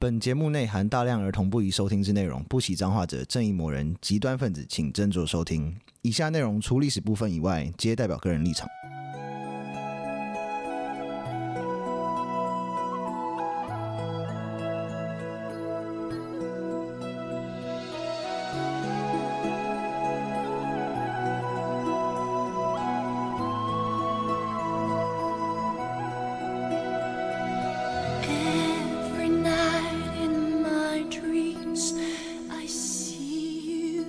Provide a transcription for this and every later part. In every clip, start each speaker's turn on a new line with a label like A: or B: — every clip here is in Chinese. A: 本节目内含大量儿童不宜收听之内容，不喜脏话者、正义魔人、极端分子，请斟酌收听。以下内容除历史部分以外，皆代表个人立场。
B: Every night in my dreams, I see you,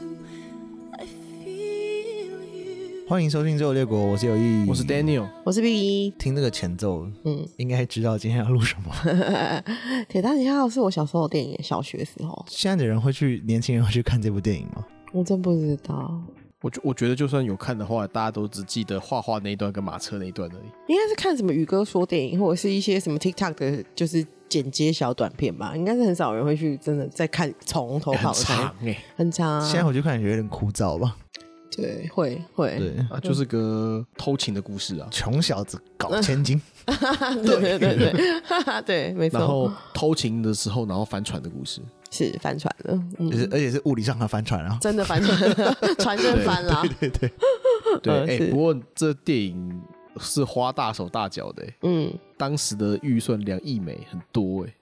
B: I feel you.
A: 欢迎收听《最后列国》，我是有意，
C: 嗯
D: 我是 Daniel，
C: 我是 B 一，
A: 听这个前奏，
C: 嗯，
A: 应该知道今天要录什么。
C: 《铁达尼号》是我小时候的电影，小学时 候，
A: 现在的人会去，年轻人会去看这部电影吗？
C: 我真不知道，
D: 我觉我觉得就算有看的话，大家都只记得画画那一段跟马车那一段而已。
C: 应该是看什么宇哥说电影，或者是一些什么 TikTok 的，就是剪接小短片吧，应该是很少人会去真的再看从头 到
D: 很
C: 尾，
D: 长哎、
C: 很长啊，
A: 欸现在回去看也觉得有点枯燥吧？
C: 对，会会，
A: 对，
D: 啊，就是个偷情的故事啊。
A: 穷小子搞千金，
C: 对对对对，哈 哈，对，没
D: 然
C: 错
D: 后，偷情的时候，然后翻船的故事，
C: 是帆船了， 嗯
A: 就，是而且是物理上的帆船啊。
C: 真的帆船 了，船真翻啦，
A: 对对，
D: 对，
C: 嗯
D: 哎、
C: 是
D: 不过这电影是花大手大脚的、哎
C: 嗯，
D: 当时的预算两亿美，很多哎、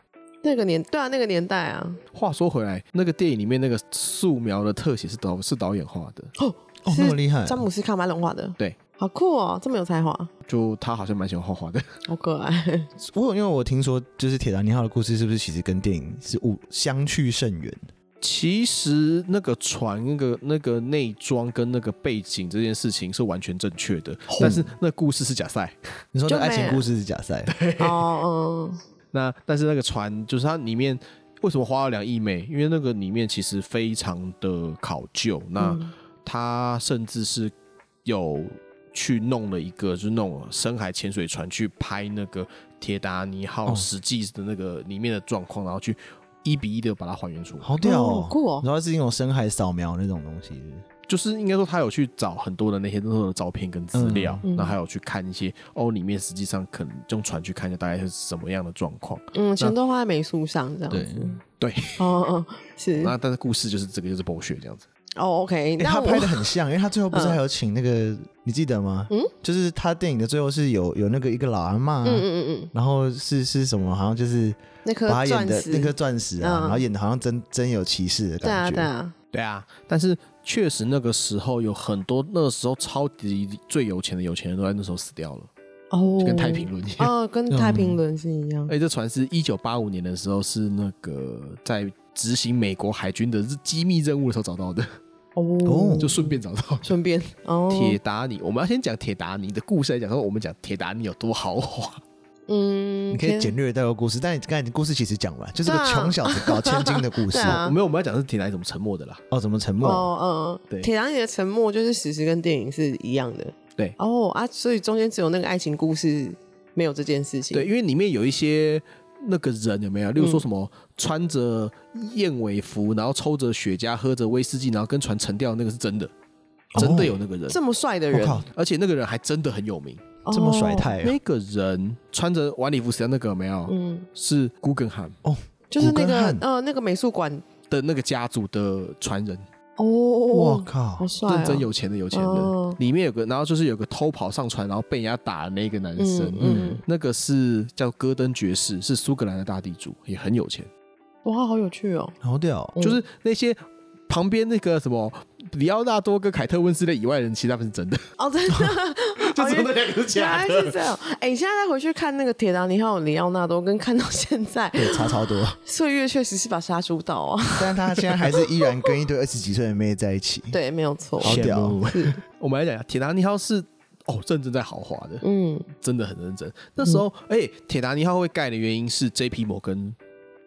C: 那个年，对啊，那个年代啊，
D: 话说回来，那个电影里面那个素描的特写是导是导演画的，
A: 哦，那么厉害，
C: 詹姆斯卡麦隆画的，
D: 对，
C: 好酷哦，这么有才华，
D: 就他好像蛮喜欢画画的。
C: 好 可爱。
A: 我有因为我听说，就是《铁达尼号》的故事，是不是其实跟电影是物相去甚远？
D: 其实那个船、那个那个内装跟那个背景这件事情是完全正确的，但是那故事是假赛。
A: 你说那
C: 就
A: 爱情
C: 没
A: 故事是假赛，
C: 哦，嗯，
D: 那但是那个船就是它里面为什么花了两亿美？因为那个里面其实非常的考究，那它甚至是有去弄了一个就是那种深海潜水船去拍那个铁达尼号
A: 哦
D: 实际的那个里面的状况，然后去一比一的把它还原出来。
A: 好屌
C: 哦好酷哦
A: 然后是一种深海扫描那种东西，
D: 就是应该说他有去找很多的那些那种照片跟资料，
C: 嗯
D: 然后还有去看一些哦，里面实际上可能用船去看一下大概是什么样的状况。
C: 嗯，钱都花在美术上这样
A: 对
C: 子。
D: 对，
C: 哦哦，是
D: 那但是故事就是这个就是剥削这样子。
C: 哦，OK，
A: 欸、
C: 那
A: 他
C: 我
A: 拍的很像，因为他最后不是
C: 嗯
A: 还有请那个，你记得吗？嗯，就是他电影的最后是有有那个一个老阿嬷，
C: 嗯嗯嗯嗯，
A: 然后是是什么？好像就是
C: 那颗
A: 把他演
C: 钻
A: 的
C: 石，
A: 那颗钻石啊，
C: 嗯
A: 然后演的好像真真有其事的
C: 对
A: 感
C: 啊
A: 觉。
C: 对啊，
D: 对啊，但是确实那个时候有很多那时候超级最有钱的有钱人都在那时候死掉了，
C: 哦
D: 就，跟太平轮一 样。
C: 哦，
A: 啊
C: 跟太平轮是一样
D: 而，且这船是一九八五年的时候是那个在执行美国海军的机密任务的时候找到的，
C: 哦，
D: 就顺便找到的。
C: 顺便哦，
D: 铁达尼，我们要先讲铁达尼的故事来讲说，我们讲铁达尼有多豪华。
C: 嗯，
A: 你可以
C: 天
A: 简略地带过故事，但你刚才你故事其实讲完，就是个
C: 对啊
A: 穷小子搞千金的故事
C: 对。啊
D: 我没有，我们要讲的是铁达尼怎么沉没的啦。
A: 哦，怎么沉默？
C: 哦
D: 对
C: 嗯，铁达尼的沉默就是史实跟电影是一样的
D: 对
C: 哦啊，所以中间只有那个爱情故事没有这件事情，
D: 对，，因为里面有一些那个人有没有，例如说什
C: 嗯
D: 么、穿着燕尾服，然后抽着雪茄，喝着威士忌，然后跟船沉掉，那个是真的，真的有那个人，
C: 哦这么帅的
A: 我
C: 人，
A: 靠，
D: 而且那个人还真的很有名。
A: 这么
C: 哦
A: 甩，态啊！
D: 那个人穿着晚礼服死掉那个有没有？
C: 嗯，
D: 是 Guggenheim
C: 就是
A: 古
C: 那
A: 根
C: 个
A: 汉
C: 呃那个美术馆
D: 的那个家族的传人，
C: 哦，
A: 我靠
C: 好，帅、哦，
D: 认真有钱的有钱人。
C: 哦
D: 里面有个，然后就是有个偷跑上船，然后被人家打的那个男生，
C: 嗯嗯，
D: 那个是叫戈登爵士，是苏格兰的大地主，也很有钱。
C: 哇，好有趣哦，
A: 好屌哦！
D: 就是那些旁边那个什么里奥纳多跟凯特温斯的以外人，其实他们是真的，
C: 哦，真的，
D: 就只有那两个是
C: 原
D: 假
C: 来是
D: 的。
C: 这样。哎、你现在再回去看那个《铁达尼号》里奥纳多，跟看到现在，
A: 对，差超多。
C: 岁月确实是把杀猪刀 啊，
A: 但他现在还是依然跟一堆二十几岁的妹在一起。
C: 对，没有错，
A: 好屌
D: 羡慕！我们来讲一下铁达尼号是哦，认真在豪华的，
C: 嗯，
D: 真的很认真。那时候，哎、铁达尼号会盖的原因是 J.P. 摩根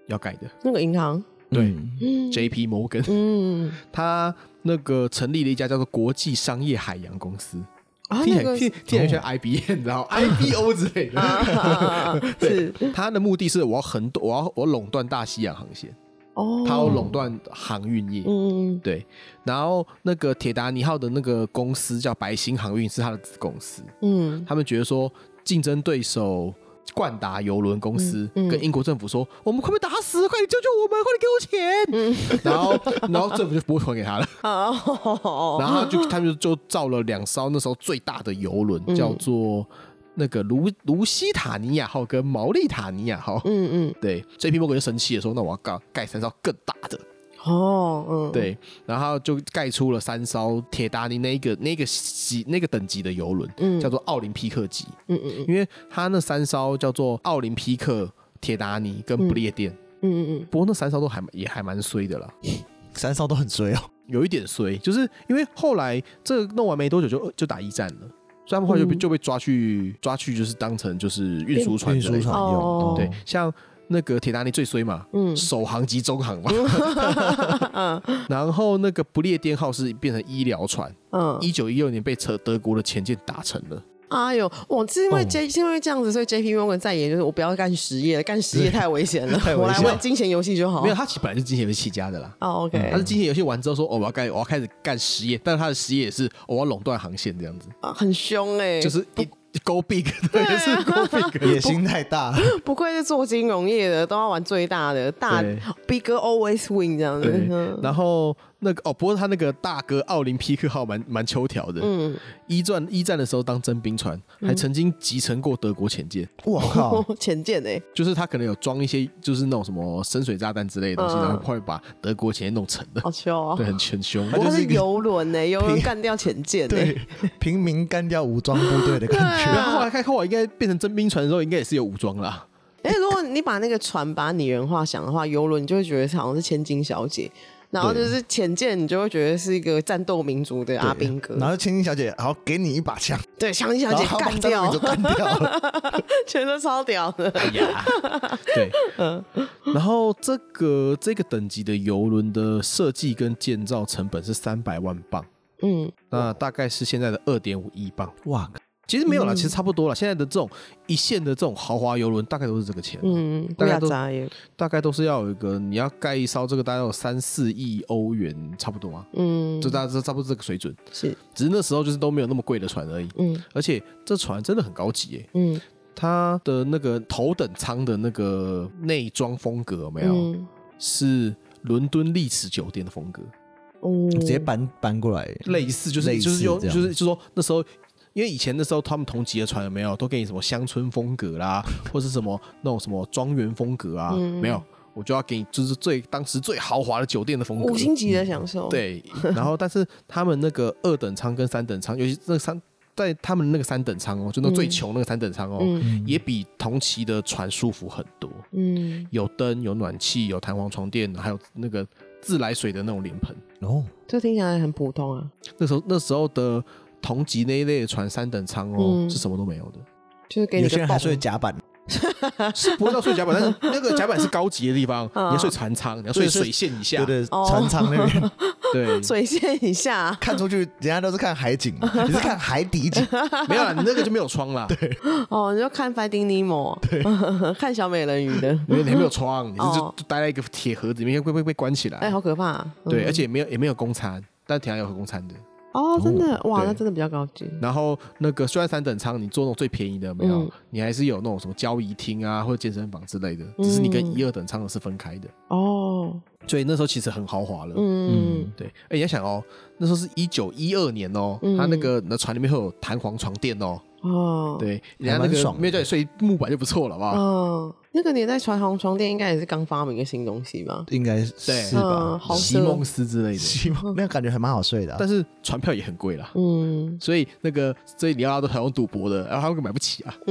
D: 要盖的、
C: 那个银行，
D: 对
A: 嗯，
D: j p 摩根
C: 嗯，
D: 他那个成立了一家叫做国际商业海洋公司，
C: 啊，
D: 听起
C: 那
D: 来
C: 个
D: 听听起来像 IBM，你知 道 IBO 之类的。
C: 啊啊啊啊
D: 对
C: 是，
D: 他的目的是我要很多，我要我垄断大西洋航线，
C: 哦，
D: 他要垄断航运业。
C: 嗯，
D: 对，然后那个铁达尼号的那个公司叫白星航运，是他的子公司。
C: 嗯嗯
D: 他们觉得说竞争对手冠达邮轮公司
C: 嗯嗯
D: 跟英国政府说，我们快被打死，快点救救我们，快点给我
C: 嗯
D: 钱。然后，然后政府就拨款给他了，
C: 哦，
D: 然后他就他们就就造了两艘那时候最大的游轮，
C: 嗯
D: 叫做那个卢卢西塔尼亚号跟毛利塔尼亚号。
C: 嗯嗯，
D: 对，所以皮莫格就生气了，说：“那我要盖盖三艘更大的。”
C: 哦，嗯，，
D: 对，然后就盖出了三艘铁达尼那一个那个级那个等级的游轮，
C: 嗯
D: 叫做奥林匹克级，
C: 嗯嗯
D: 因为它那三艘叫做奥林匹克、铁达尼跟不列颠，
C: 嗯嗯
D: 不过那三艘都还蛮也还蛮衰的啦。
A: 三艘都很衰 哦。
D: 有一点衰，就是因为后来这个弄完没多久就就打一战了，所以他们后来就被、
C: 嗯
D: 就被抓去抓去，就是当成就是运输船
A: 运
D: 之
A: 输
D: 类的
A: 船用，
C: 哦
D: 对，像那个铁达尼最衰嘛，
C: 嗯
D: 首航及中航嘛， 然后那个不列颠号是变成医疗船，
C: 嗯，
D: 一九一六年被扯德国的潜舰打沉了，
C: 哎呦，我是因为
A: 哦
C: J 是因为这样子，所以 JP Morgan 再也就是我不要干实业了，干实业太危险了
A: 太，危
C: 我来
A: 险
C: 玩金钱游戏就好
D: 没。有，他其实本来就是金钱游戏起家的啦。
C: 哦
D: 他是
C: ，OK，
D: 金钱游戏完之后说，哦，我要干，我要开始干实业，但是他的实业也是、哦我要垄断航线这样子，
C: 啊很凶哎，嗯
D: 就是一 go big，对， 是 go big，
A: 野心太大了。
C: 不愧是做金融业的，都要玩最大的，大
D: 对
C: bigger always win 这样子。
D: 对
C: 嗯，
D: 然后那个哦，不过他那个大哥奥林匹克号蛮蛮秋条的。
C: 嗯，
D: 一战一战的时候当征兵船，还曾经集成过德国潜舰，
A: 我 靠，
C: 浅见哎，
D: 就是他可能有装一些就是那种什么深水炸弹之类的东西，
C: 嗯
D: 然后会把德国潜舰弄沉的，
C: 好糗哦
D: 对，。很很凶。
A: 他
C: 我
A: 就是
C: 是
A: 一个
C: 游轮欸呢，游轮干掉浅见哎，
A: 对，平民干掉武装部队的感
C: 对
A: 觉。
C: 啊
D: 后来开后来应该变成征兵船的时候，应该也是有武装啦。
C: 哎，如果你把那个船把拟人化想的话，游轮你就会觉得好像是千金小姐，然后就是浅见，你就会觉得是一个战斗民族的阿兵哥，
A: 然后青青小姐，好给你一把枪，
C: 对，强金小
A: 然
C: 姐
A: 后把
C: 干
A: 张
C: 掉
A: 伟，就干掉 了。
C: 全都超屌的。
D: 哎呀，对，
C: 嗯
D: 然后这个这个等级的游轮的设计跟建造成本是三百万镑，
C: 嗯，
D: 那大概是现在的二点五亿镑。
A: 哇，
D: 其实没
C: 嗯
D: 有啦，其实差不多啦。现在的这种一线的这种豪华游轮，大概都是这个钱，
C: 嗯，不
D: 大
C: 要
D: 家都
C: 眨眼。
D: 大概都是要有一个你要盖一艘这个大概有三四亿欧元，差不多啊，
C: 嗯，
D: 就大家差不多这个水准。
C: 是，
D: 只是那时候就是都没有那么贵的船而已，
C: 嗯
D: 而且这船真的很高级耶、
C: 嗯，
D: 它的那个头等舱的那个内装风格有没有、
C: 嗯，
D: 是伦敦丽池酒店的风格，
C: 哦，
A: 直接搬搬过来，
D: 类似就是
A: 类似
D: 就是用
A: 这
D: 就
A: 样
D: 是就是说那时候。因为以前那时候他们同级的船有没有都给你什么乡村风格啦，或是什么那种什么庄园风格啊？
C: 嗯
D: 没有，我就要给你就是最当时最豪华的酒店的风格，
C: 五星级的享受。，
D: 嗯对，然后但是他们那个二等舱跟三等舱，尤其那三在他们那个三等舱哦，就那
C: 嗯
D: 最穷那个三等舱哦，
A: 嗯
D: 也比同期的船舒服很多，
C: 嗯，
D: 有灯、有暖气、有弹簧床垫，还有那个自来水的那种脸盆。
A: 哦，
C: 这听起来很普通啊，
D: 那时候那时候的同级那一类的船三等舱哦，
C: 嗯
D: 是什么都没有的，
C: 就是给你
A: 有
C: 个
A: 些人还
C: 泵
A: 睡甲板，
D: 是不会到睡甲板，但是那个甲板是高级的地方，
C: 嗯
D: 你要睡船舱，你要睡
A: 对是
D: 水线以下
A: 对，对，
C: 哦
A: 船舱那边
D: 对，
C: 水线以 下，啊
A: 看出去，人家都是看海景嘛，你是看海底景，
D: 没有啦，你那个就没有窗啦，对，
C: 哦，你就看 Finding Nemo，看 小美人鱼的，
D: 因为你还没有窗，你就
C: 哦
D: 就待在一个铁盒子里面，会被被关起来。
C: 哎，好可怕啊。嗯
D: 对，而且也没有也没有公餐，但铁达有和公餐的。
C: 哦，真的，哇，
D: 对
C: 那真的比较高级。
D: 然后那个虽然三等舱你坐那种最便宜的没有，
C: 嗯
D: 你还是有那种什么交易厅啊或者健身房之类的，只是你
C: 嗯
D: 跟一二等舱的是分开的，
C: 哦，
D: 所以那时候其实很豪华了。
C: 嗯，
D: 对，哎、你要想哦，那时候是一九一二年哦，
C: 嗯
D: 他那个那船里面会有弹簧床垫哦，
C: 哦，，
D: 对，人家那
A: 还蛮
D: 个
A: 爽的
D: 没有叫你睡木板就不错了吧？
C: 嗯，那个年代传统床垫应该也是刚发明一个新东西吧？
A: 应该
D: 对
A: 是
C: 嗯，
A: 吧？
C: 好
D: 席
C: 色，
D: 梦思之类的，
A: 希望 那感觉还蛮好睡的啊，
D: 但是船票也很贵啦。
C: 嗯，
D: 所以那个，所以你要都好像赌博的，然后他们买不起啊。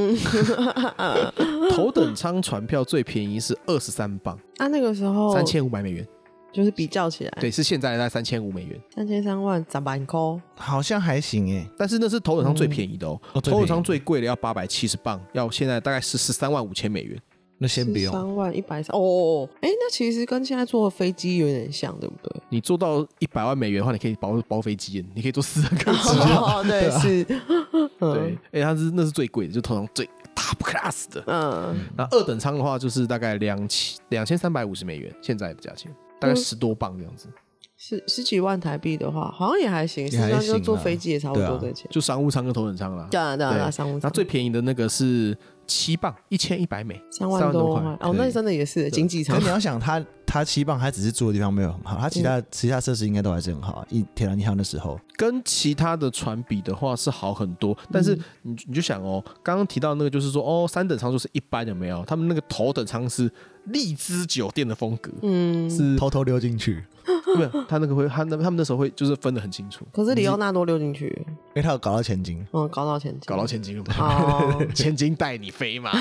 D: 头等舱船票最便宜是二十三磅，
C: 啊，那个时候
D: 三千五百美元，
C: 就是比较起来，
D: 对，是现在大概三千五美元。
C: 三千三万咋办扣？
A: 好像还行哎，
D: 但是那是头等舱最便宜的哦，
A: 哦最便
D: 头
A: 宜
D: 等舱最贵的要八百七十磅，要现在大概是十三万五千美元。
A: 那先不用，
C: 三万一百三哦哦，哦，哎、那其实跟现在坐的飞机有点像，对不对？
D: 你做到一百万美元的话，你可以包包飞机耶，你可以坐四人客机。
C: 哦， 对，嗯是，
D: 对，哎，它是那是最贵的，就头等舱最 top class 的。
C: 嗯，
D: 那二等舱的话，就是大概两千两千三百五十美元，现在的价钱大概十多磅这样子。
C: 十十几万台币的话，好像也还行，
A: 也
C: 实际
A: 还
C: 上就
A: 行
C: 坐
A: 啊
C: 飞机也差不
A: 对
C: 多
A: 啊
C: 这钱。
D: 就商务舱跟头等舱啦。
C: 对啊，对啊，
D: 对
C: 对啊商务舱
D: 那最便宜的那个是七磅，一千一百美，
C: 三
D: 三
C: 万
D: 万多
C: 块
D: 块
C: 哦，那
D: 对
C: 真的也是经济
A: 可
C: 舱
A: 是你，要想他，他七棒他只是住的地方没有很好，他其
C: 嗯
A: 他、其他设施应该都还是很好啊。一铁达尼号那时候，
D: 跟其他的船比的话是好很多。但是你你就想哦，刚刚提到那个就是说哦，三等舱就是一般有没有？他们那个头等舱是丽兹酒店的风格，
C: 嗯，
D: 是
A: 偷偷溜进去，
D: 没有他那个会他那他们那时候会就是分得很清楚，
C: 可是里奥纳多溜进去，
A: 因为他有搞到千金。
C: 嗯，搞到钱，
D: 搞 到千金了吧？
C: 哦，
D: 千金带你飞嘛。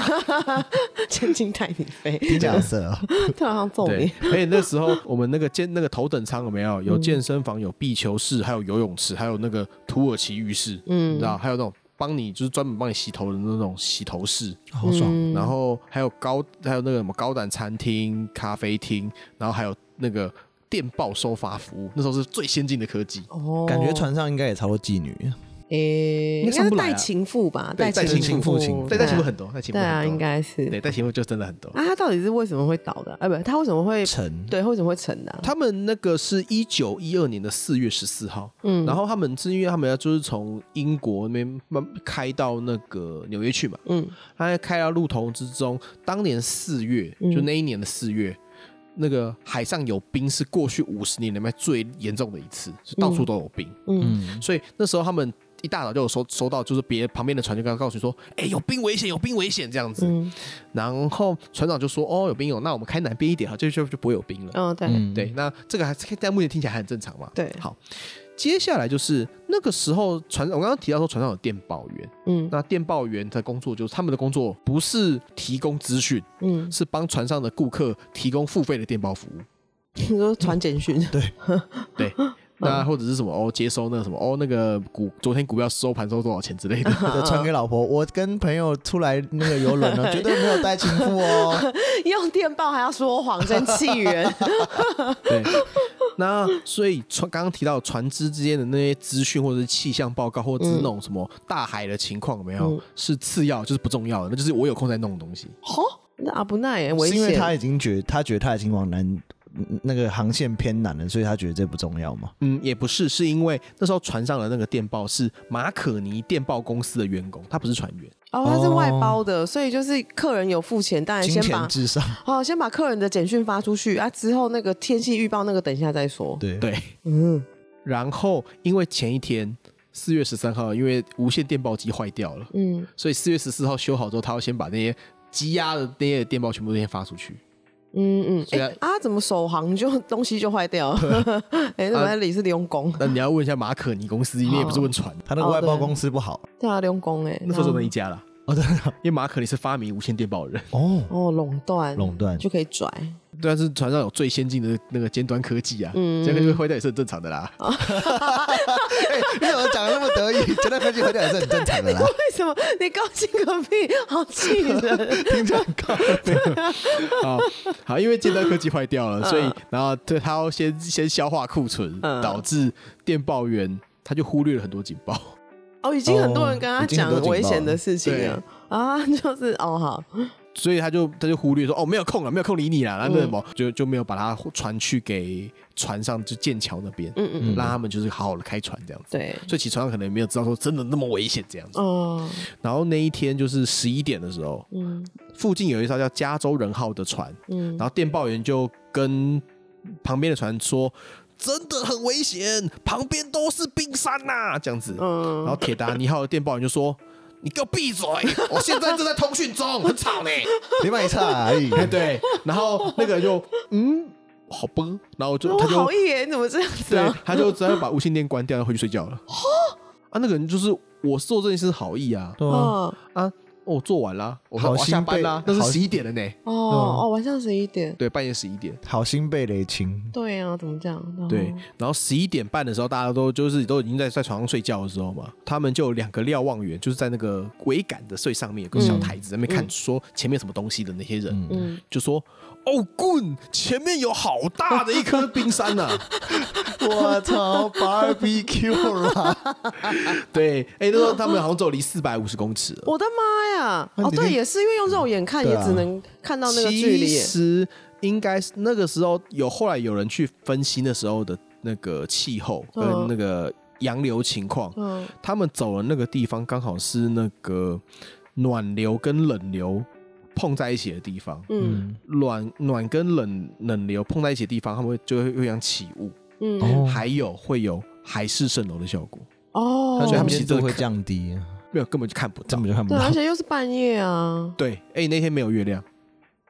C: 千金带 你飞，
A: 听角色哦，
C: 突然想揍
D: 对
C: 你，，
D: 而且那时候我们那个健那个头等舱有没有？
C: 嗯
D: 有健身房，有壁球室，还有游泳池，还有那个土耳其浴室，嗯，你知道，还有那种帮你就是专门帮你洗头的那种洗头室，
A: 好爽！
C: 嗯
D: 然后还有高还有那个什么高档餐厅、咖啡厅，然后还有那个电报收发服务，那时候是最先进的科技。
C: 哦，
A: 感觉船上应该也超多妓女，
C: 诶，
D: 应该
C: 应该
D: 上
C: 是
D: 不来啊
C: 带情妇吧？
D: 对带
C: 情
A: 情妇情
C: 妇，
D: 对，但
C: 啊
D: 情妇很多，但情妇
C: 对
D: 很
C: 啊，
D: 多
C: 应该是
D: 对，但情妇就真的很多。
C: 啊，他到底是为什么会倒的？哎，不，他为什么会
A: 沉
C: 对，为什么会沉的啊？
D: 他们那个是一九一二年的四月十四号，嗯，然后他们是因为他们要就是从英国那边慢开到那个纽约去嘛，
C: 嗯，
D: 他在开到路途之中，当年四月就那一年的四月。那个海上有冰是过去五十年里面最严重的一次，是到处都有冰，
A: 嗯，
D: 所以那时候他们一大早就有收收到，就是别旁边的船就刚告诉你说，哎、有冰危险，有冰危险这样子。
C: 嗯
D: 然后船长就说，哦，有冰有，那我们开南边一点哈，这就就不会有冰了。
C: 嗯，对
A: 嗯，
D: 对，那这个还是在目前听起来还很正常嘛。
C: 对
D: 好，接下来就是那个时候船，我刚刚提到说船上有电报员，
C: 嗯
D: 那电报员的工作就是他们的工作不是提供资讯，
C: 嗯，
D: 是帮船上的顾客提供付费的电报服务。
C: 你说传简讯，
D: 对，那或者是什么哦，接收那个什么哦，那个股昨天股票收盘收多少钱之类的。
C: 嗯
A: 就传给老婆。我跟朋友出来那个游轮呢，绝对没有带情妇 哦。
C: 用电报还要说谎，真气人。
D: 对，那所以船刚刚提到船只之间的那些资讯，或者是气象报告，或者是那种什么大海的情况，有没有、是次要，就是不重要的，那就是我有空在弄的东西。
C: 吼，那阿不奈耶危
A: 是因为他
C: 险，
A: 已经觉他觉得他已经往南那个航线偏南了，所以他觉得这不重要嘛。
D: 嗯，也不是，是因为那时候船上的那个电报是马可尼电报公司的员工，他不是船员。
C: 哦，他是外包的，所以就是客人有付钱，当然
A: 金
C: 哎先
A: 钱
C: 把
A: 至上，
C: 哦先把客人的简讯发出去啊，之后那个天气预报那个等一下再说。
A: 对，
D: 对，
C: 嗯，
D: 然后因为前一天四月十三号，因为无线电报机坏掉了，
C: 嗯，
D: 所以四月十四号修好之后，他要先把那些积压的那些电报全部都先发出去。
C: 嗯嗯，
D: 所以啊
C: 哎、啊，怎么首航就 东西就坏掉了？ 哎、怎么在里是零工？
D: 那你要问一下马可尼公司，因为也不是问船，
A: 他那个
C: 哦
A: 外包
C: 对
A: 公司不好
C: 对啊，零工哎，
D: 那时候只有那
C: 然
D: 一
C: 后
D: 家了，
A: 哦，真的
D: 因为马可尼是发明无线电报的人，
A: 哦，
C: 哦垄断
A: 垄断
C: 就可以拽，
D: 但是船上有最先进的那个尖端科技啊，
C: 嗯
D: 这样就会坏掉也是很正常的啦。
A: 哎，你怎么讲的那么得意？觉得科技回掉也是很正常的啦，
C: 为什么你高兴个屁？好气人！
A: 听起来很高。
D: 好，好，因为尖端科技坏掉了，所以然后对他要先先消化库存，
C: 嗯
D: 导致电报员他就忽略了很多警报。
C: 哦，已经很多人跟他
A: 哦已经很
C: 讲
A: 多警报
C: 危险的事情了啊，就是哦好，
D: 所以他就他就忽略说哦没有空了，没有空理你了，
C: 嗯
D: 然后那什么、就就没有把它传去给船上就剑桥那边，
C: 嗯嗯，
D: 让他们就是好好的开船这样子。
C: 对，
D: 所以其实船上可能也没有知道说真的那么危险这样子。
C: 哦，
D: 然后那一天就是十一点的时候，
C: 嗯
D: 附近有一艘叫加州人号的船，
C: 嗯，
D: 然后电报员就跟旁边的船说。真的很危险，旁边都是冰山呐、这样子。
C: 嗯
D: 然后铁达尼号的电报员就说：“你给我闭 嘴！我现在正在通讯中，很吵呢。”
A: 你买差而已，
D: 哎，对，然后那个人就嗯，好吧，然后就
C: 我
D: 他就
C: 哦好意耶，你怎么这样子
D: 对
C: 啊？，哦
D: 他就直接把无线电关掉，然后回去睡觉了。啊，那个人就是我做这件事是好意啊
A: 对啊，
C: 哦
D: 啊，我做完啦，我
A: 好
D: 我
A: 心
D: 下班
A: 被
D: 啦，那是
A: 好
D: 十一点了呢，
C: 哦哦，晚上十一点，
D: 对，半夜十一点。
A: 好心被雷侵，
C: 对啊，怎么这样？
D: 对，然后十一点半的时候，大家都就是都已经在在床上睡觉的时候嘛，他们就有两个瞭望员，就是在那个桅杆的最上面有个小台子，在那边看说前面什么东西的那些人，
C: 嗯
D: 就说：“哦，棍，前面有好大的一颗冰山啊 呐、
A: 我操，barbecue 啦！
D: 对，哎、那时候他们好像只有离四百五十公尺了。
C: 我的妈呀！
A: 那
C: 哦，
A: 你
C: 对，
A: 可以
C: 也是因为用肉眼看，
A: 对
C: 也
A: 啊
C: 只能看到那个距
D: 其
C: 离耶。
D: 实应该是那个时候有后来有人去分析那时候的那个气候跟
C: 嗯
D: 那个洋流情况，
C: 嗯，
D: 他们走的那个地方刚好是那个暖流跟冷流碰在一起的地方，
C: 嗯
D: 暖暖跟冷冷流碰在一起的地方，它们会就会会像起雾，
C: 嗯
A: 哦
D: 还有会有海市蜃楼的效果，
C: 哦，
D: 所以他们其实
A: 湿度会降低，
D: 没有根本就看不到
A: 根。本就看不
C: 对，
A: 到
C: 而。且又是半夜啊，
D: 对，哎、那天没有月亮，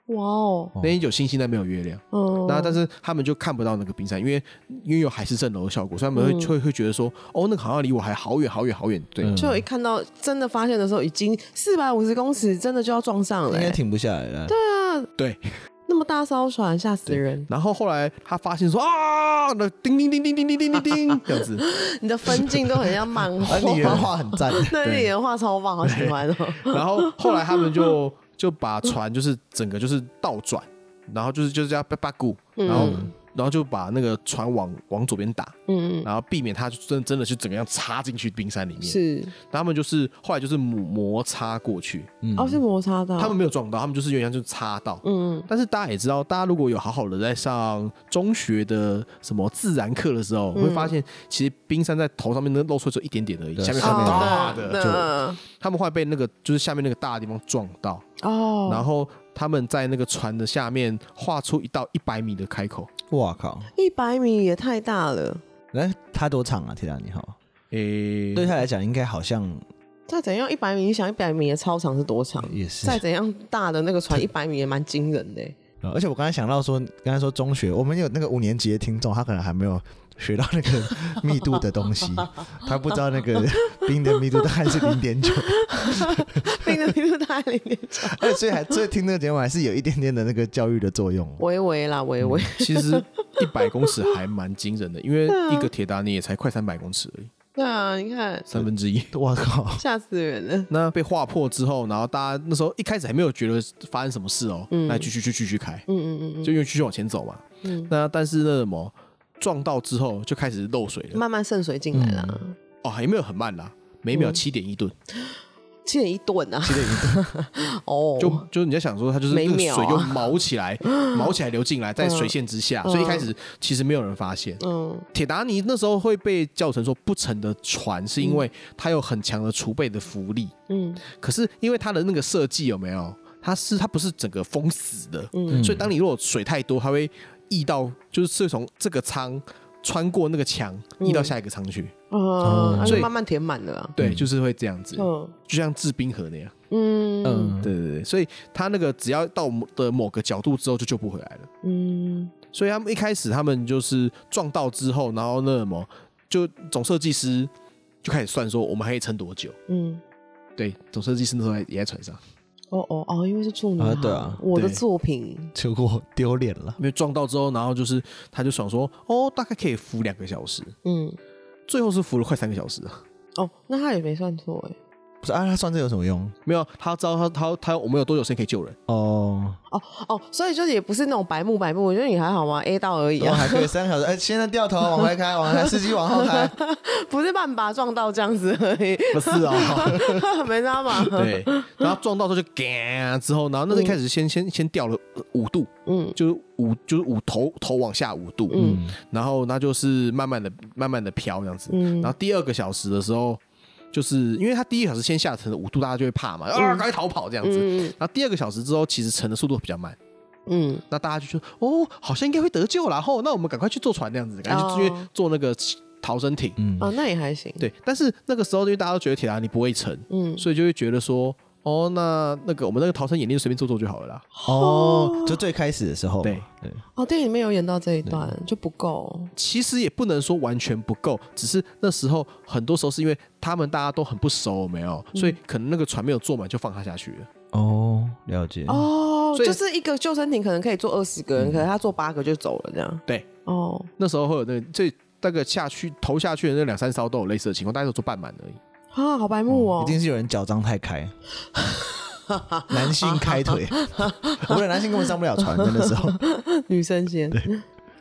C: 哇哦，
A: 哦
D: 那天有星星，但没有月亮。
C: 嗯，
D: 那但是他们就看不到那个冰山，因为因为有海市蜃楼的效果，所以他们会
C: 嗯
D: 会会觉得说，哦，那个好像离我还好远好远好远。对，
A: 嗯
C: 就一看到真的发现的时候，已经四百五十公尺，真的就要撞上了
A: 应该
C: 欸、啊
A: 停不下来了。
C: 那么大艘船，吓死人！
D: 然后后来他发现说啊，那叮叮叮叮叮叮叮叮 叮这样子，
C: 你的分镜都很像漫画
A: 而，你原 话很 赞，
C: 对，
D: 对
C: 你人画超棒，好喜欢哦、
D: 然后后来他们就就把船就是整个就是倒转，然后就是就是这样八八股，然后、
C: 嗯
D: 然后就把那个船往往左边打，
C: 嗯，
D: 然后避免它就真真的就整个样插进去冰山里面。
C: 是，
D: 他们就是后来就是摩摩擦过去，
C: 哦，是摩擦到，
D: 他们没有撞到，他们就是有点像就是擦到。
C: 嗯，
D: 但是大家也知道，大家如果有好好的在上中学的什么自然课的时候，
C: 嗯
D: 会发现其实冰山在头上面能露出来就一点点而已，
A: 对
D: 下面
A: 上
D: 很
A: 面
D: 大
C: 哦
D: 的。
C: 那
D: 就
C: 那
D: 他们后来被那个就是下面那个大的地方撞到，
C: 哦，
D: 然后他们在那个船的下面画出一道一百米的开口。
A: 哇靠！
C: 一百米也太大了，
A: 来，它多长啊？铁达尼号
D: 诶、
A: 对他来讲，应该好像
C: 再怎样一百米，你想一百米的操场是多长？
A: 也是。
C: 再怎样大的那个船，一百米也蛮惊人的欸、
A: 呃而且我刚才想到说，刚才说中学，我们有那个五年级的听众，他可能还没有学到那个密度的东 西，他不知道那个冰的密度大概是零点九，
C: 冰的密度大概零点九，
A: 哎所以还所以听那个节目还是有一点点的那个教育的作用。
C: 微微啦，微微，
D: 其实一百公尺还蛮惊人的，因为一个铁达尼也才快三百公尺而已，
C: 对啊，你看
D: 三分之一。
A: 我靠！
C: 吓死人了，
D: 那被划破之后，然后大家那时候一开始还没有觉得发生什么事哦，那继续继续继续开，
C: 嗯嗯嗯
D: 就因为继续往前走嘛。那但是那什么撞到之后就开始漏水
C: 嗯，
D: 了，
C: 慢慢渗水进来啦，
D: 哦，也没有很慢啦，每
C: 嗯
D: 秒七点一吨，
C: 七点一吨啊，七点一吨， 哦，
D: 就就你在想说它就是那
C: 每
D: 个
C: 秒啊
D: 水就毛起来， 毛起来流进来，在水线之下，所以一开始其实没有人发现。
C: 嗯
D: 铁达尼那时候会被叫成说不沉的船，是因为它有很强的储备的浮力，
C: 嗯
D: 可是因为它的那个设计有没有？它是它不是整个封死的，
C: 嗯
D: 所以当你如果水太多，它会溢到，就是是从这个舱穿过那个墙，
C: 嗯
D: 溢到下一个舱去。
C: 啊，那
D: 所以
C: 就慢慢填满了啦，
D: 对，就是会这样子，
C: 嗯
D: 就像制冰河那样。
C: 嗯
A: 嗯，
D: 对对对，所以它那个只要到某的某个角度之后就救不回来了。
C: 嗯
D: 所以他们一开始他们就是撞到之后，然后那什么，就总设计师就开始算说我们还可以撑多久。
C: 嗯，
D: 对，总设计师那时候还也在船上，
C: 哦哦哦，因为是处女
A: 啊
C: 号
A: 对啊
C: 我的
D: 对
C: 作品，
A: 结果丢脸了。
D: 因为撞到之后，然后就是他就想说哦，大概可以浮两个小时，
C: 嗯，
D: 最后是浮了快三个小时啊。
C: 哦，那他也没算错哎，
A: 不是啊，他算这有什么用？
D: 没有，他知道他他他我们有多久时间可以 救人？
A: 哦，
C: 哦哦，所以就是也不是那种白目白目，我觉得你还好吗？A 到而已
A: 然后
C: 啊，
A: 还可以三个小时。哎，现在掉头往外开，往外开，司机往后开。
C: 不是半把撞到这样子而已，
D: 不是哦，
C: 没差吧？
D: 对，然后撞到之后就嘎之后，然后那个一开始先先先掉了呃五度，
C: 嗯
D: 就是五就是五头头往下五度，
C: 嗯
D: 然后那就是慢慢的慢慢的飘这样子，
C: 嗯
D: 然后第二个小时的时候，就是因为他第一个小时先下沉了五度，大家就会怕嘛，啊，赶快逃跑这样子，
C: 嗯
D: 然后第二个小时之后，其实沉的速度比较慢。
C: 嗯
D: 那大家就说哦，好像应该会得救啦，吼，那我们赶快去坐船那样子，赶快去
C: 哦
D: 坐那个逃生艇。
A: 嗯
C: 哦，那也还行，
D: 对，但是那个时候因为大家都觉得铁达尼不会沉，
C: 嗯，
D: 所以就会觉得说，哦，那那个我们那个逃生演练随便做做就好了啦。
A: 哦，就最开始的时候嘛，
D: 对
A: 对，
C: 哦，电影里面有演到这一段就不够，
D: 其实也不能说完全不够，只是那时候很多时候是因为他们大家都很不熟，有没有，
C: 嗯
D: 所以可能那个船没有坐满就放他下去了。
A: 哦，了解。
C: 哦，
D: 所以嗯
C: 就是一个救生艇可能可以坐二十个人，可能他坐八个就走了这样。
D: 对，
C: 哦
D: 那时候会有那个最大概下去投下去的那两三艘都有类似的情况，大家都做半满而已。
C: 啊，好白目哦
A: 一，定是有人脚张太开，男性开腿，我们男性根本上不了船的那时候。
C: 女生先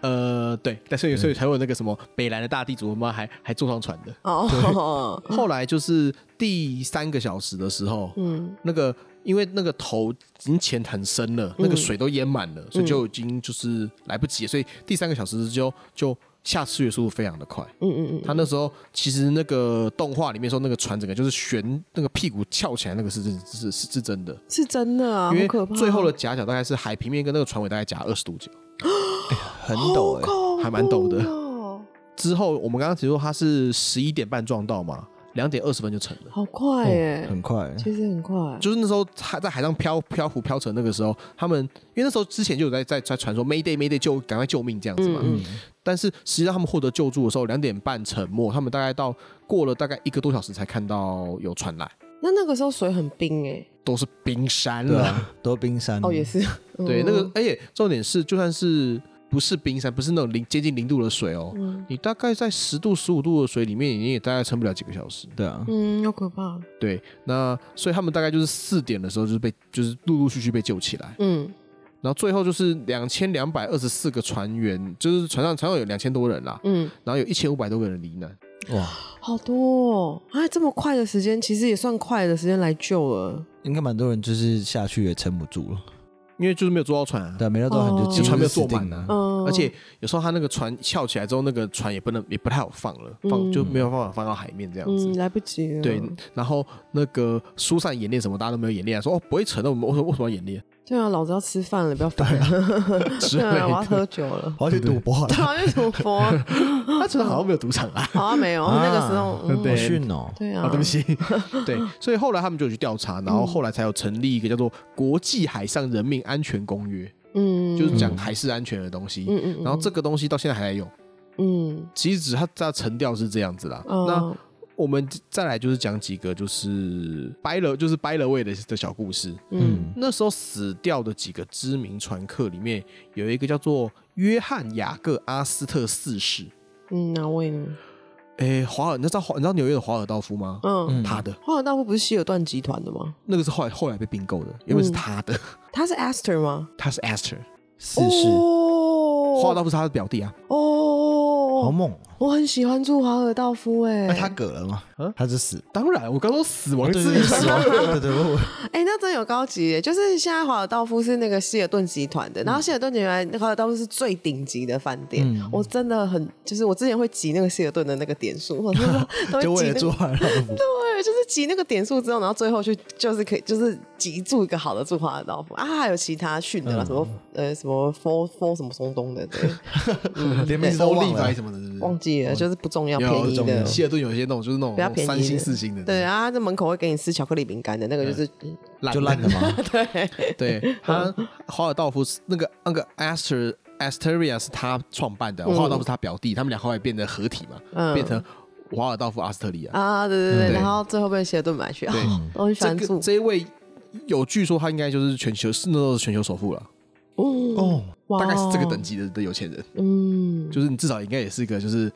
D: 呃，对，但所以所以才会有那个什么北兰的大地主妈还还坐上船的。
C: 哦，
D: 后来就是第三个小时的时候，
C: 嗯
D: 那个因为那个头已经潜很
C: 嗯
D: 深了，那个水都淹满了，所以就已经就是来不及了，所以第三个小时就就下次月速度非常的快。
C: 嗯嗯嗯，
D: 他那时候其实那个动画里面说那个船整个就是悬，那个屁股翘起来，那个是真是是是真的，
C: 是真的啊，
D: 因为
C: 好可怕
D: 最后的夹角大概是海平面跟那个船尾大概夹二十度角，
A: 很陡哎、
D: 还蛮陡的。
C: 哦，
D: 之后我们刚刚提说他是十一点半撞到嘛，两点二十分就成了。
C: 好快耶、
A: 很快。
C: 其实很快，
D: 哦就是那时候他在海上漂漂浮漂沉那个时候，他们因为那时候之前就有在在在传说 Mayday Mayday 救赶快救命这样子嘛，
C: 嗯
D: 但是实际上他们获得救助的时候两点半沉没，他们大概到过了大概一个多小时才看到有船来，
C: 那那个时候水很冰哎、
D: 都是冰山
A: 对
D: 了。
A: 啊，都冰山
C: 哦也是，
D: 对，
C: 嗯
D: 那个而且重点是，就算是不是冰山，不是那种零接近零度的水哦，你大概在十度十五度的水里面，你也大概撑不了几个小时。
A: 对啊，
C: 嗯，好可怕，
D: 对，那所以他们大概就是四点的时候就是被就是陆陆续续被救起来。
C: 嗯
D: 然后最后就是两千两百二十四个船员，就是船上船上有两千多人啦，
C: 嗯，
D: 然后有一千五百多个人罹难。
A: 哇，
C: 好多哦，哎，这么快的时间，其实也算快的时间来救了，
A: 应该蛮多人就是下去也撑不住了，
D: 因为就是没有坐到船啊，
A: 对啊，没料到很
C: 哦
A: 就几乎
D: 船没有
A: 是死
D: 坐满
A: 定
D: 啊
A: 了，
C: 嗯，
D: 而且有时候他那个船翘起来之后，那个船也不能也不太好放了，放
C: 嗯
D: 就没有办法放到海面这样子
C: 嗯。来不及了，
D: 对，然后那个疏散演练什么，大家都没有演练，说哦不会沉的，我们为什么为什么要演练？
C: 对啊，老子要吃饭了，不要烦了，
D: 啊之
C: 对
D: 类
C: 啊， 我要
D: 的。
C: 喝酒了。
A: 我要去赌博了，
C: 对啊，去赌博，
D: 他真的好像没有赌场啊。
C: 好像没有，
A: 啊
C: 那个时候，嗯
A: 好
D: 对
A: 逊哦，
C: 对啊
D: 啊，，对不起，
C: 嗯
D: 对，所以后来他们就有去调查，然后后来才有成立一个叫做《国际海上人命安全公约》，
C: 嗯，
D: 就是讲海事安全的东西。
C: 嗯嗯，嗯
D: 然后这，个东西到现在还在用，
C: 嗯，
D: 其实只是它它沉掉是这样子啦。那
C: 哦
D: 我们再来就是讲几个就是掰了就是掰了位的的小故事。
C: 嗯，
D: 那时候死掉的几个知名船客里面，有一个叫做约翰雅各阿斯特四世，
C: 嗯，哪位呢？
D: 诶，华尔，你知道华你知道纽约的华尔道夫吗？
C: 嗯，
D: 他的
C: 华尔道夫不是希尔顿集团的吗？
D: 那个是后来后来被并购的，原本是他的，
C: 他是 Aster 吗？
D: 他是 Aster，
A: 四世
C: 哦，
D: 华尔道夫是他的表弟啊。
A: 好
C: 哦，
A: 猛哦，
C: 我很喜欢住华尔道夫哎
A: 那，他嗝了吗？
C: 嗯
A: 他是死，
D: 当然，我刚说死亡
A: 对
D: 之
A: 对
D: 一
A: 对，死亡，对对，我
C: 哎，那真有高级耶，就是现在华尔道夫是那个希尔顿集团的，然后希尔顿集团华尔道夫是最顶级的饭店，我真的很就是我之前会挤那个希尔顿的那个点数，我真 的 都
A: 我就
C: 会
A: 为了
C: 挤那个
A: 做完老夫，
C: 对，就是集那个点数之后，然后最后去就是可以就是集住一个好的驻华的道夫啊，还有其他训的啦，
D: 嗯
C: 什么呃什么 for for 什么松东 的，对，
A: 连名字都忘了
D: 什么的，是不
C: 忘记了，就是不重要，
D: 有
C: 便宜
A: 重要
C: 的
D: 是。希尔顿有一些那种就是那种
C: 比较便宜的
D: 三星四星的，
C: 对，啊，他在门口会给你吃巧克力饼干的那个，就是嗯
A: 就烂了 嘛，
D: 对他，华尔道夫是那个那个 Aster Asteria 是他创办的，华尔道夫是他表弟，他们俩后来变得合体嘛，
C: 嗯
D: 变成华尔道夫阿斯特利亚。
C: 啊，对对
D: 嗯
C: 对，然后最后被希尔顿买去，啊
D: 对
C: 我很喜
D: 这
C: 欢
D: 个
C: 住，
D: 这一位有据说他应该就是全球是那时候是全球首富了，
C: 嗯，
A: 哦，
C: 哇
D: 大概是这个等，级的的有钱人，
C: 嗯，
D: 就是你至少应该也是一个就是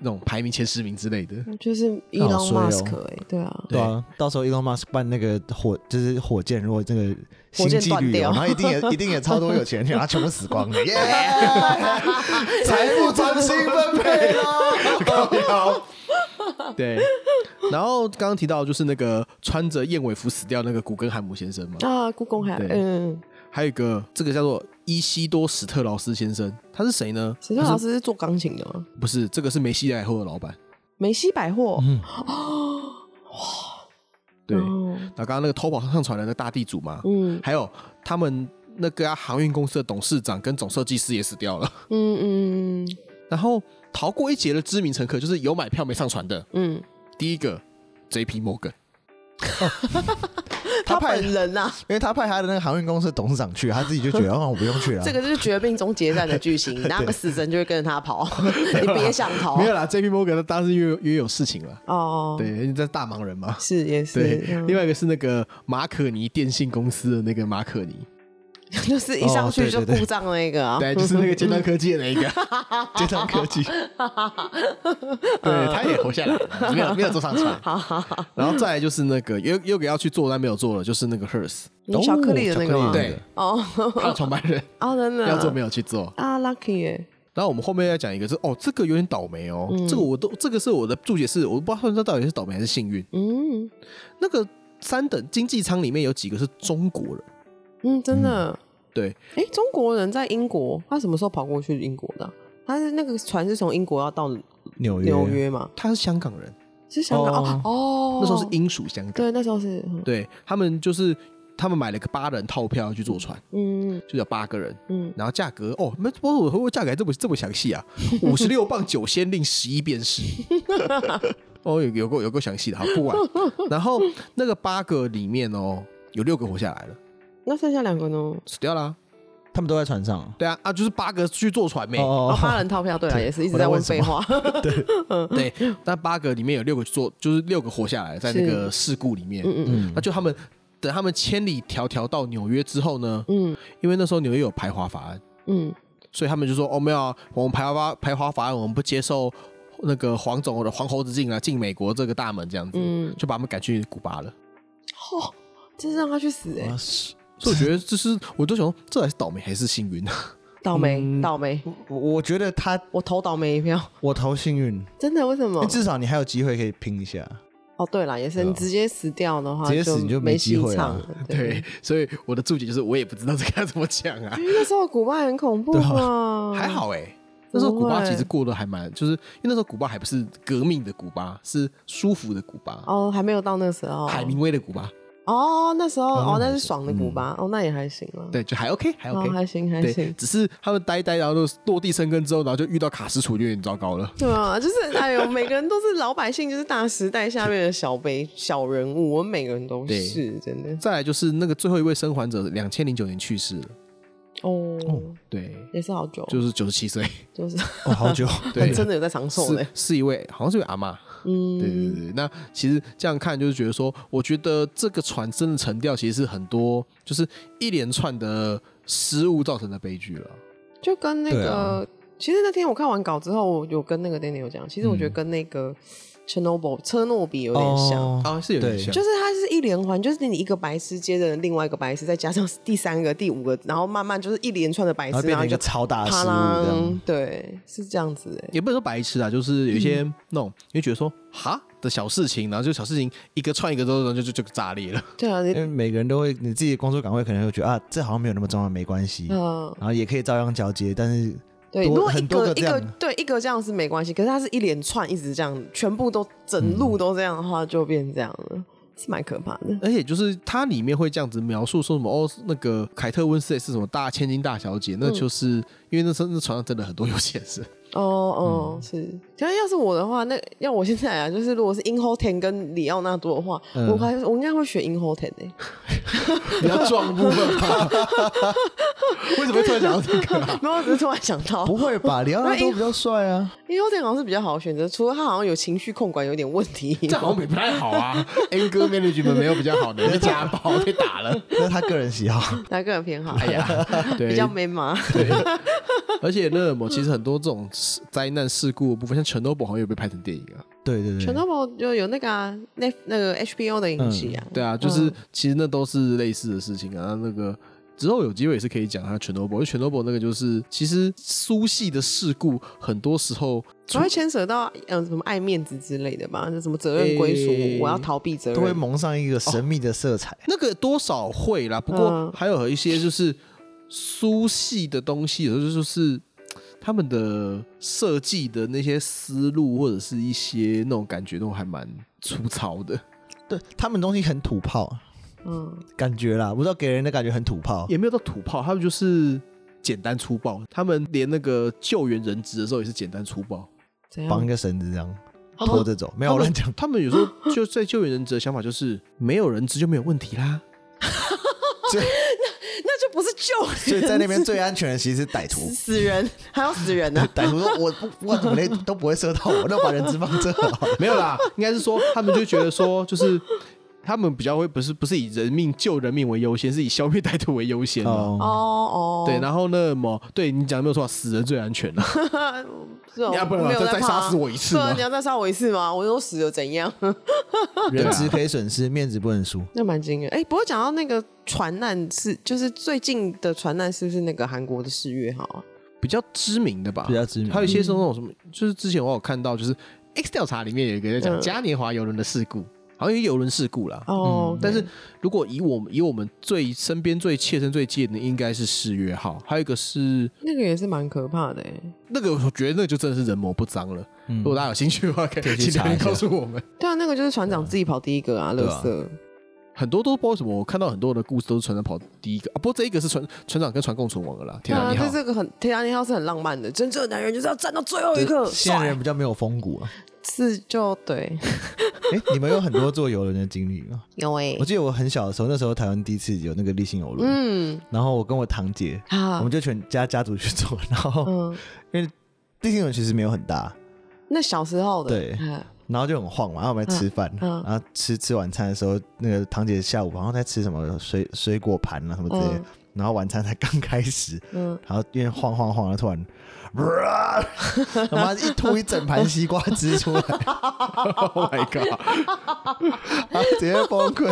D: 那种排名前十名之类的。
C: 嗯就是伊
A: 那
C: 朗
A: 好衰哦
C: Musk 哎，对啊，
A: 对啊，到时候 Elon Musk 办那个火，就是火箭，如果这个星际
C: 火箭断
A: 旅游，
C: 掉
A: 然后一定也一定也超多有钱人，然后全部死光了，耶！ 财富重新分配喽，
D: 对，然后刚刚提到就是那个穿着燕尾服死掉那个古根汉姆先生嘛，
C: 啊，故宫还
D: 对
C: 嗯，
D: 还有一个这个叫做伊西多史特劳斯先生，他是谁呢？
C: 史特老师是做钢琴的吗？
D: 不是，这个是梅西莱后的老板。
C: 梅西百货，
A: 嗯
D: 对，那
C: 哦
D: 刚刚那个偷跑上船的那个大地主嘛，
C: 嗯
D: 还有他们那个、啊、航运公司的董事长跟总设计师也死掉了。
C: 嗯嗯
D: 然后逃过一劫的知名乘客就是有买票没上船的，
C: 嗯，
D: 第一个 J.P. Morgan，
C: 他
A: 他派
C: 本人啊，
A: 因为他派他的那个航运公司董事长去，他自己就觉得哦，我不用去了。
C: 这个就是绝命终结战的剧情，那个死神就会跟着他跑，你别想逃。
D: 没有啦，J.P. Morgan 他当时因为因为有事情了，
C: 哦，
D: 对，，因为这是大忙人嘛。
C: 是也 是
D: 对，，
C: 嗯
D: 另外一个是那个马可尼电信公司的那个马可尼，
C: 就是一上去就
A: 哦对对对
C: 故障那个啊，
D: 对，就是那个尖端科技的那一 个，尖端科技，对，他也活下来了，没有没有坐上船。
C: 好好好，
D: 然后再来就是那个有有给要去做但没有做了，就是那个 Hers，
C: 有巧克力的那个
A: 哦巧克力
C: 吗？
D: 对，
C: 哦
D: 他的创办人
C: 哦，真的啊
D: 要做没有去做。
C: 啊，lucky 耶，
D: 然后我们后面要讲一个是哦，这个有点倒霉哦，
C: 嗯
D: 这个我都这个是我的注解是，我不知道这到底是倒霉还是幸运。
C: 嗯
D: 那个三等经济舱里面有几个是中国人，
C: 嗯，真的，
D: 对，
C: 哎，中国人在英国，他什么时候跑过去英国的啊？他是那个船是从英国要到
A: 纽约，
C: 纽约嘛？
D: 他是香港人，
C: 是香港
A: 哦
C: 哦哦，
D: 那时候是英属香港，
C: 对，那时候是嗯
D: 对他们就是他们买了个八人套票去坐船，
C: 嗯
D: 就有八个人，
C: 嗯，
D: 然后价格哦，那我我会不会价格还这么这么详 细啊？五十六磅九仙令十一便士。哦，有有够有够详细的，好不 管。然后那个八个里面哦，有六个活下来了，
C: 那剩下两个呢？
D: 死掉啦、
A: 他们都在船上哦。
D: 对啊啊，就是八个去坐船没？
C: 哦，
A: 哦
C: 八人套票，对啊，也是一直
A: 我在
C: 在
A: 问
C: 问
A: 什
C: 废
A: 么
C: 话。
D: 对，那八个里面有六个坐，就是六个活下来，在那个事故里面。
C: 嗯嗯
D: 那就他们等他们千里迢迢到纽约之后呢，
C: 嗯
D: 因为那时候纽约有排华法案，
C: 嗯
D: 所以他们就说：“哦，没有、啊，我们排华法排华法案，我们不接受那个黄总的黄猴子进来进美国这个大门这样子，
C: 嗯，
D: 就把他们赶去古巴了。
C: 哦，真是让他去死哎
A: 哇，是
D: 所以我觉得这是，我都想说，这还是倒霉还是幸运啊？
C: 倒
A: 嗯
C: 霉倒霉，
A: 我我觉得他
C: 我投倒霉一票，
A: 我投幸运，
C: 真的为什么
A: 因为？至少你还有机会可以拼一下。
C: 哦，对了，也是
A: 哎对啊
C: 你直接死掉的话，
A: 直接死你就没
C: 没
A: 机
C: 戏
A: 会啊
C: 唱
A: 了
C: 了。
D: 对，所以我的注解就是，我也不知道这该怎么讲啊。
C: 因为那时候古巴很恐怖
A: 对啊
C: 嘛，
D: 还好哎、那时候古巴
C: 哦不会
D: 其实过得还蛮，就是因为那时候古巴还不是革命的古巴，是舒服的古巴，
C: 哦，还没有到那时候。
D: 海明威的古巴，
C: 哦，那时候
A: 哦
C: 哦，
A: 那嗯
C: 那
A: 还
C: 是爽的古巴，哦，那也还行了，
D: 对，就还 OK，还
C: 哦，
D: OK，、
C: 还行还
D: 对
C: 行，。
D: 只是他们呆呆，然后落落地生根之后，然后就遇到卡斯楚，就有点糟糕了。
C: 对啊，就是哎呦，每个人都是老百姓，就是大时代下面的小辈小人物，我们每个人都
D: 对
C: 是真的
D: 再来就是那个最后一位生还者，两千零九年去世了，
C: 哦，
D: 对，
C: 也是好久，
D: 就是九十七岁，
C: 就是
A: 哦，好 久，
D: 对，
C: 真的有在长寿嘞
D: 是，是一位好像是一位阿妈，
C: 嗯，
D: 对对对对。那其实这样看，就是觉得说，我觉得这个船真的沉掉，其实是很多就是一连串的失误造成的悲剧了。
C: 就跟那
A: 对
C: 个
A: 啊，
C: 其实那天我看完稿之后，我有跟那个 Daniel 讲，其实我觉得跟那个 Chernobyl 车诺比有点
A: 嗯
C: 像。
A: 哦
D: 啊，是有点
A: 对
D: 像，
C: 就是它是一连环，就是你一个白痴接着另外一个白痴，再加上第三个、第五个，然后慢慢就是一连串的白
A: 然后
C: 痴，
A: 变
C: 然后
A: 成一
C: 就
A: 个超大的失
C: 啪
A: 误嗯这
C: 啦
A: 样。，
C: 对，是这样子哎、
D: 也不能说白痴啊，就是有一
C: 嗯
D: 些那种，你会觉得说哈的小事情，然后就小事情一个串一个之后，然后就就就炸裂了。
C: 对啊，
A: 因为
C: 你
A: 每个人都会，你自己的工作岗位可能会觉得啊，这好像没有那么重要，没关系，
C: 嗯，
A: 然后也可以照样交接，但是
C: 对，
A: 多
C: 如果一
A: 很多个
C: 一
A: 这样
C: 个对一个这样是没关系，可是它是一连串一直这样，全部都整路都这样的话，就变这样了，是蛮可怕的。
D: 而且就是它里面会这样子描述说什么哦，那个凯特温斯莱是什么大千金大小姐，
C: 嗯
D: 那就是、因为那时候那船上真的很多有钱人，
C: 哦
A: 嗯
C: 哦，是。可是要是我的话，那要我现在啊，就是如果是 In h o t e n 跟里奥纳多的话，
A: 嗯
C: 我还我应该会选 In h o t e n 诶、
D: 比较壮部分吧。 为什么会突然讲到这个、啊？
C: 没有，我只是突然想到，
A: 不会 吧？里奥纳多比较帅 啊，
C: 因为 t e n 好像是比较好的选择，除了他好像有情绪控管有点问题。
D: 这样好像不太好啊，N 哥 management 没有比较好的， 被家暴被打了。
A: 那是他个人喜 好。
C: 哪个人偏好？
D: 哎 呀，对，
C: 比较 man 嘛。
D: 对，而且那么其实很多这种事灾难事故的部分，像《陈诺堡》好像也被拍成电影啊。
A: 对对对，嗯
C: 全都有就有那个啊，那那个 HBO 的影集啊。
D: 对啊，就是其实那都是类似的事情啊。那个之后有机会也是可以讲他《全诺堡》，因为《全诺堡》那个就是其实苏系的事故，很多时候
C: 还会牵扯到嗯什么爱面子之类的吧，就什么责任归属，
D: 诶
C: 我要逃避责
A: 都会
C: 任。
A: 蒙上一个神秘的色彩。
D: 那个多少会啦，不过
C: 嗯
D: 还有一些就是苏系的东西，有时候就是他们的设计的那些思路，或者是一些那种感觉都还蛮粗糙的，
A: 对他们东西很土炮，
C: 嗯，
A: 感觉啦，不知道给人的感觉很土炮。
D: 也没有到土炮，他们就是简单粗暴，他们连那个救援人质的时候也是简单粗暴。
C: 怎
A: 绑一
C: 样？哦
A: 个绳子这样拖着走，没有
D: 他
A: 我
D: 们
A: 乱讲。
D: 他们有时候就在救援人质的想法就是没有人质就没有问题啦。
A: 所以
C: 那就不是救
A: 所以
C: 人，
A: 在那边最安全的其实是歹徒。
C: 死。死人还要死人 呢、啊
A: 歹徒说：“我不不管怎么累都不会射到我，那把人质放这好了。
D: 没有啦，应该是说他们就觉得说，就是他们比较会不是不是以人命救人命为优先，是以消灭歹徒为优先嘛。
C: 哦
A: 哦，
C: 哦，
D: 对，然后那么对你讲的没有错，啊死人最安全了。
C: 是哦
D: 你要不然啊
C: 没有
D: 再
C: 在
D: 再
C: 怕
D: 杀死我一次
C: 对啊
D: 吗
C: 你要再杀我一次吗？我都死了怎样？
A: 人质可以损失，面子不能
D: 哦
A: 输。
C: 那蛮惊人。哎、不过讲到那个船难是，就是最近的船难是不是那个韩国的四月号啊？
D: 比较知名的吧，
A: 比较知名
D: 还有一些是那种什么，就是之前我有看到，就是 X 调查里面有一个在讲嘉年华游轮的事故，好像也有轮事故啦。
C: 嗯哦，
D: 但是如果以我们以我们最身边最切身最近的，应该是四月号，还有一个是
C: 那个也是蛮可怕的欸，
D: 那个，我觉得那个就真的是人谋不赃了。
A: 嗯
D: 如果大家有兴趣的话，可以
A: 以去
D: 请留
A: 查一
D: 言
A: 下
D: 告诉我们。
C: 对啊，那个就是船长自己跑第一个啊，乐
D: 对啊
C: 色，
D: 很多都不知道为什么，我看到很多的故事都是船长跑第一个啊。不过这一个是船船长跟船共存亡了啦。
C: 对
D: 天啊，
C: 啊，
D: 你
C: 这
D: 好，
C: 这个很铁达尼号是很浪漫的，真正的男人就是要站到最后一刻，
A: 现在
C: 帅
A: 人比较没有风骨 啊。
C: 是就对，
A: 哎，你们有很多坐游轮的经历 吗？
C: 有哎
A: 我，记得我很小的时候，那时候台湾第一次有那个立信游轮，
C: 嗯，
A: 然后我跟我堂姐，我
C: 啊
A: 们，就全家家族去坐，然后
C: 嗯，
A: 因为立信游轮其实没有很大，
C: 那小时候的，
A: 对
C: 啊
A: 然后就很晃嘛，然后我们在吃饭，
C: 嗯嗯
A: 然后吃吃晚餐的时候，那个堂姐下午好像在吃什么水水果盘啊什么之类的，
C: 嗯
A: 然后晚餐才刚开始，
C: 嗯，
A: 然后因为晃晃晃，然后突然， 哇他妈一吐一整盘西瓜汁出来，
D: ，Oh my god！
A: 然后直接崩 溃。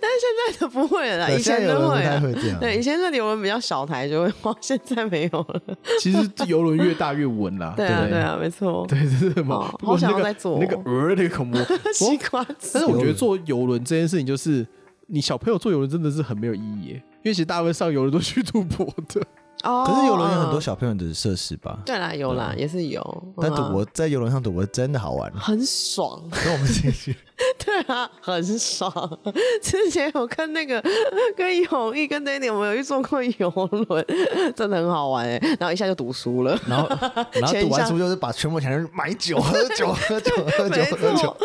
C: 但是现在的不会了啦，
A: 对
C: 以
A: 现在
C: 前
A: 有人
C: 都
A: 不
C: 会
A: 太
C: 啊。
A: 会这样，
C: 对，以前那里我们比较小台就会晃，现在没有了。
D: 其实这游轮越大越稳啦。
C: 对啊，
D: 不
C: 对啊，没错。
D: 对，这是什么
C: 哦？
D: 不过
C: 好想要
D: 那个
C: 再做哦
D: 那个呃那个恐怖。
C: 西
D: 我
C: 瓜汁
D: 但是我觉得坐游轮这件事情，就是你小朋友坐游轮真的是很没有意义耶，因为其实大部分上游轮都去赌博的。
C: 哦，
A: 可是游轮有很多
C: 嗯。
A: 小朋友的设施吧？
C: 对啦，有啦，也是有。
A: 但
C: 嗯啊
A: 赌博在游轮上赌博真的好玩，
C: 很爽，
A: 跟我们进去。
C: 对啊，很爽。 之前有跟那个 跟永毅跟 Danny，我们有去坐过游轮， 真的很好玩哎、然后一下就读书 了，
A: 然后，然后
C: 钱
A: 赌完
C: 上
A: 输就是把全部钱去买酒、喝酒、喝酒、喝酒
C: 没、
A: 喝酒
C: 错。，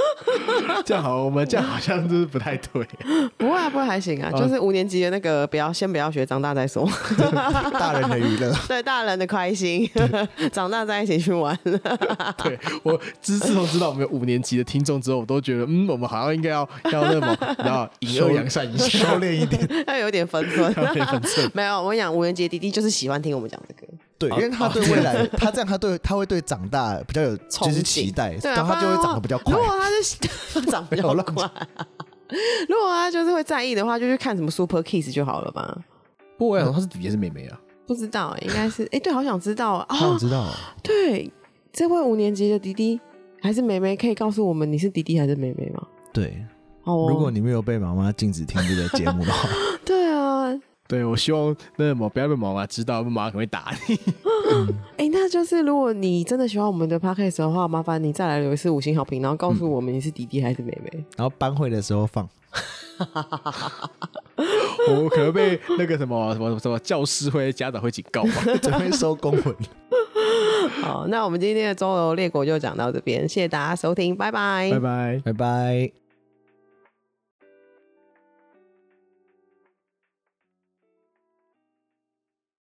D: 这样好，我们这样好像就是不太对。
C: 不会、啊、不会还行啊，
A: 哦
C: 就是五年级的那个不要先不要学，长大再说。
A: 大人的娱乐。
C: 对大人的开心， 长大再一起去玩。
D: 对我自自从知道我们有五年级的听众之后，我都觉得嗯，我们好像应该要要那么然 后引恶扬善一下，
A: 收敛一点。
C: 要有点分 寸
D: 有点分寸。
C: 没有，我跟你讲，五年级的弟弟就是喜欢听我们讲这个。
A: 对，因为他对未来，他这样他对他会对长大比较有
C: 憧
A: 就是
C: 憬
A: 期待，
C: 对啊，
A: 然后他就
C: 不然
A: 会长
C: 啊的话
A: 得比较快
C: 如。果他是 长得
A: 没
C: 比
A: 有
C: 较
A: 乱
C: 快，如果他就是会在意的话，就去看什么 Super Kiss 就好了吧。
D: 不过我想她是弟弟还是妹妹啊？
C: 不知道、欸，应该 是哎、对，好想知道啊、
A: 他
C: 哦
A: 想知道，
C: 对，这位五年级的弟弟还是妹妹，可以告诉我们你是弟弟还是妹妹吗？
A: 对，
C: 哦哦，
A: 如果你没有被妈妈禁止听这个节目的话，
C: 对啊，
D: 对，我希望那什么不要被妈妈知道，被妈妈可能会打你。
C: 哎、那就是如果你真的喜欢我们的 podcast 的话，麻烦你再来留一次五星好评，然后告诉我们你是弟弟还是妹妹。
A: 然后班会的时候放，
D: 我可能被那个什么什么什么教师会、家长会警告吧。
A: 准备收公文。
C: 好，那我们今天的周游列国就讲到这边，谢谢大家收听，拜拜
D: 拜。
A: 拜拜。